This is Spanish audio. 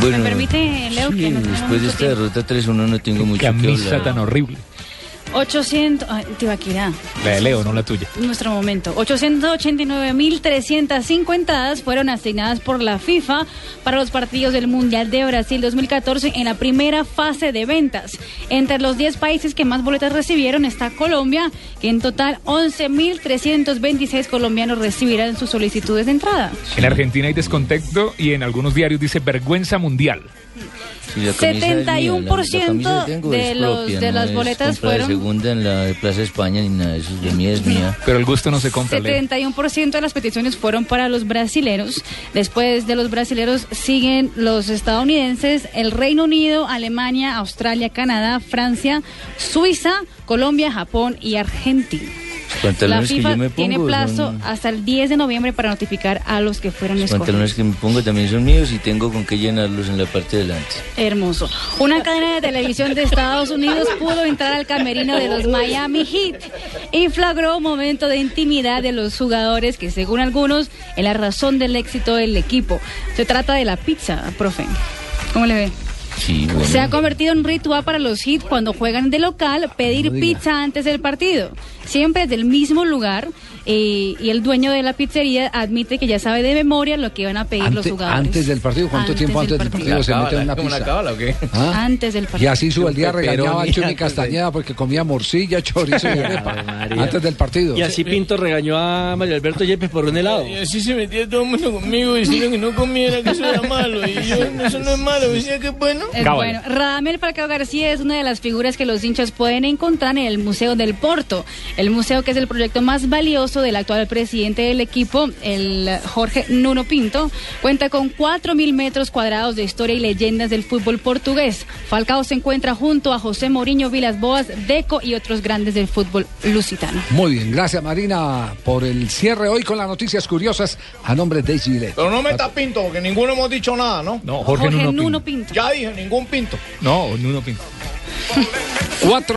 Bueno, ¿Me permite, Leo? Sí, que no tenemos después de mucho esta tiempo? derrota 3-1 no tengo mucho que Camisa hablar. tan horrible. 800... Ay, Tibaquirá. La de Leo, no la tuya. Nuestro momento. 889.350 fueron asignadas por la FIFA para los partidos del Mundial de Brasil 2014 en la primera fase de ventas. Entre los 10 países que más boletas recibieron está Colombia, que en total 11.326 colombianos recibirán sus solicitudes de entrada. En Argentina hay descontexto y en algunos diarios dice vergüenza mundial. Sí, la camisa es mía, la- la camisa que tengo 71% de es los- propia, de no las es boletas compra de fueron- segunda en la de Plaza España ni nada de eso, es de mía es mía. Pero el gusto no se compra, Leo. 71% de las peticiones fueron para los brasileros. Después de los brasileros siguen los estadounidenses, el Reino Unido, Alemania, Australia, Canadá, Francia, Suiza, Colombia, Japón y Argentina. Los La Pantalones que FIFA yo me pongo tiene plazo son- hasta el 10 de noviembre para notificar a los que fueron Los pantalones que me escogidos. pongo también son míos y tengo con qué llenarlos en la parte de delante. Hermoso. Una cadena de televisión de Estados Unidos pudo entrar al camerino de los Miami Heat y flagró un momento de intimidad de los jugadores que, según algunos, es la razón del éxito del equipo. Se trata de la pizza, profe. ¿Cómo le ve? Sí, bueno. Se ha convertido en un ritual para los hits cuando juegan de local pedir pizza antes del partido. Siempre es del mismo lugar eh, y el dueño de la pizzería admite que ya sabe de memoria lo que van a pedir los Ante- jugadores. antes del partido, ¿cuánto tiempo antes del partido se mete una pizza? cábala o qué? pues. ¿Ah? Antes del partido. Y así su día Un pepperoni regañaba a Chumi antes de- Castañeda porque comía morcilla, chorizo y arepa antes del partido. Y así Pinto regañó a Mario Alberto Yepes por un helado. Y así se metía todo el mundo conmigo diciendo que no comiera, que eso era malo. Y yo, no, eso no es malo, decía que es bueno. Es Cábala. bueno, Radamel Falcao García es una de las figuras que los hinchas pueden encontrar en el Museo del Porto, el museo que es el proyecto más valioso del actual presidente del equipo, el eh, Jorge Nuno Pinto, cuenta con 4.000 metros cuadrados de historia y leyendas del fútbol portugués. Falcao se encuentra junto a José Mourinho, Vilas Boas, Deco y otros grandes del fútbol lusitano. Muy bien, gracias Marina por el cierre hoy con las noticias curiosas a nombre de Chile. Pero no me está pinto, porque ninguno hemos dicho nada, ¿no? No, Jorge, Nuno Pinto. Pinto. Ya dije, ningún pinto. No, Nuno Pinto. Cuatro.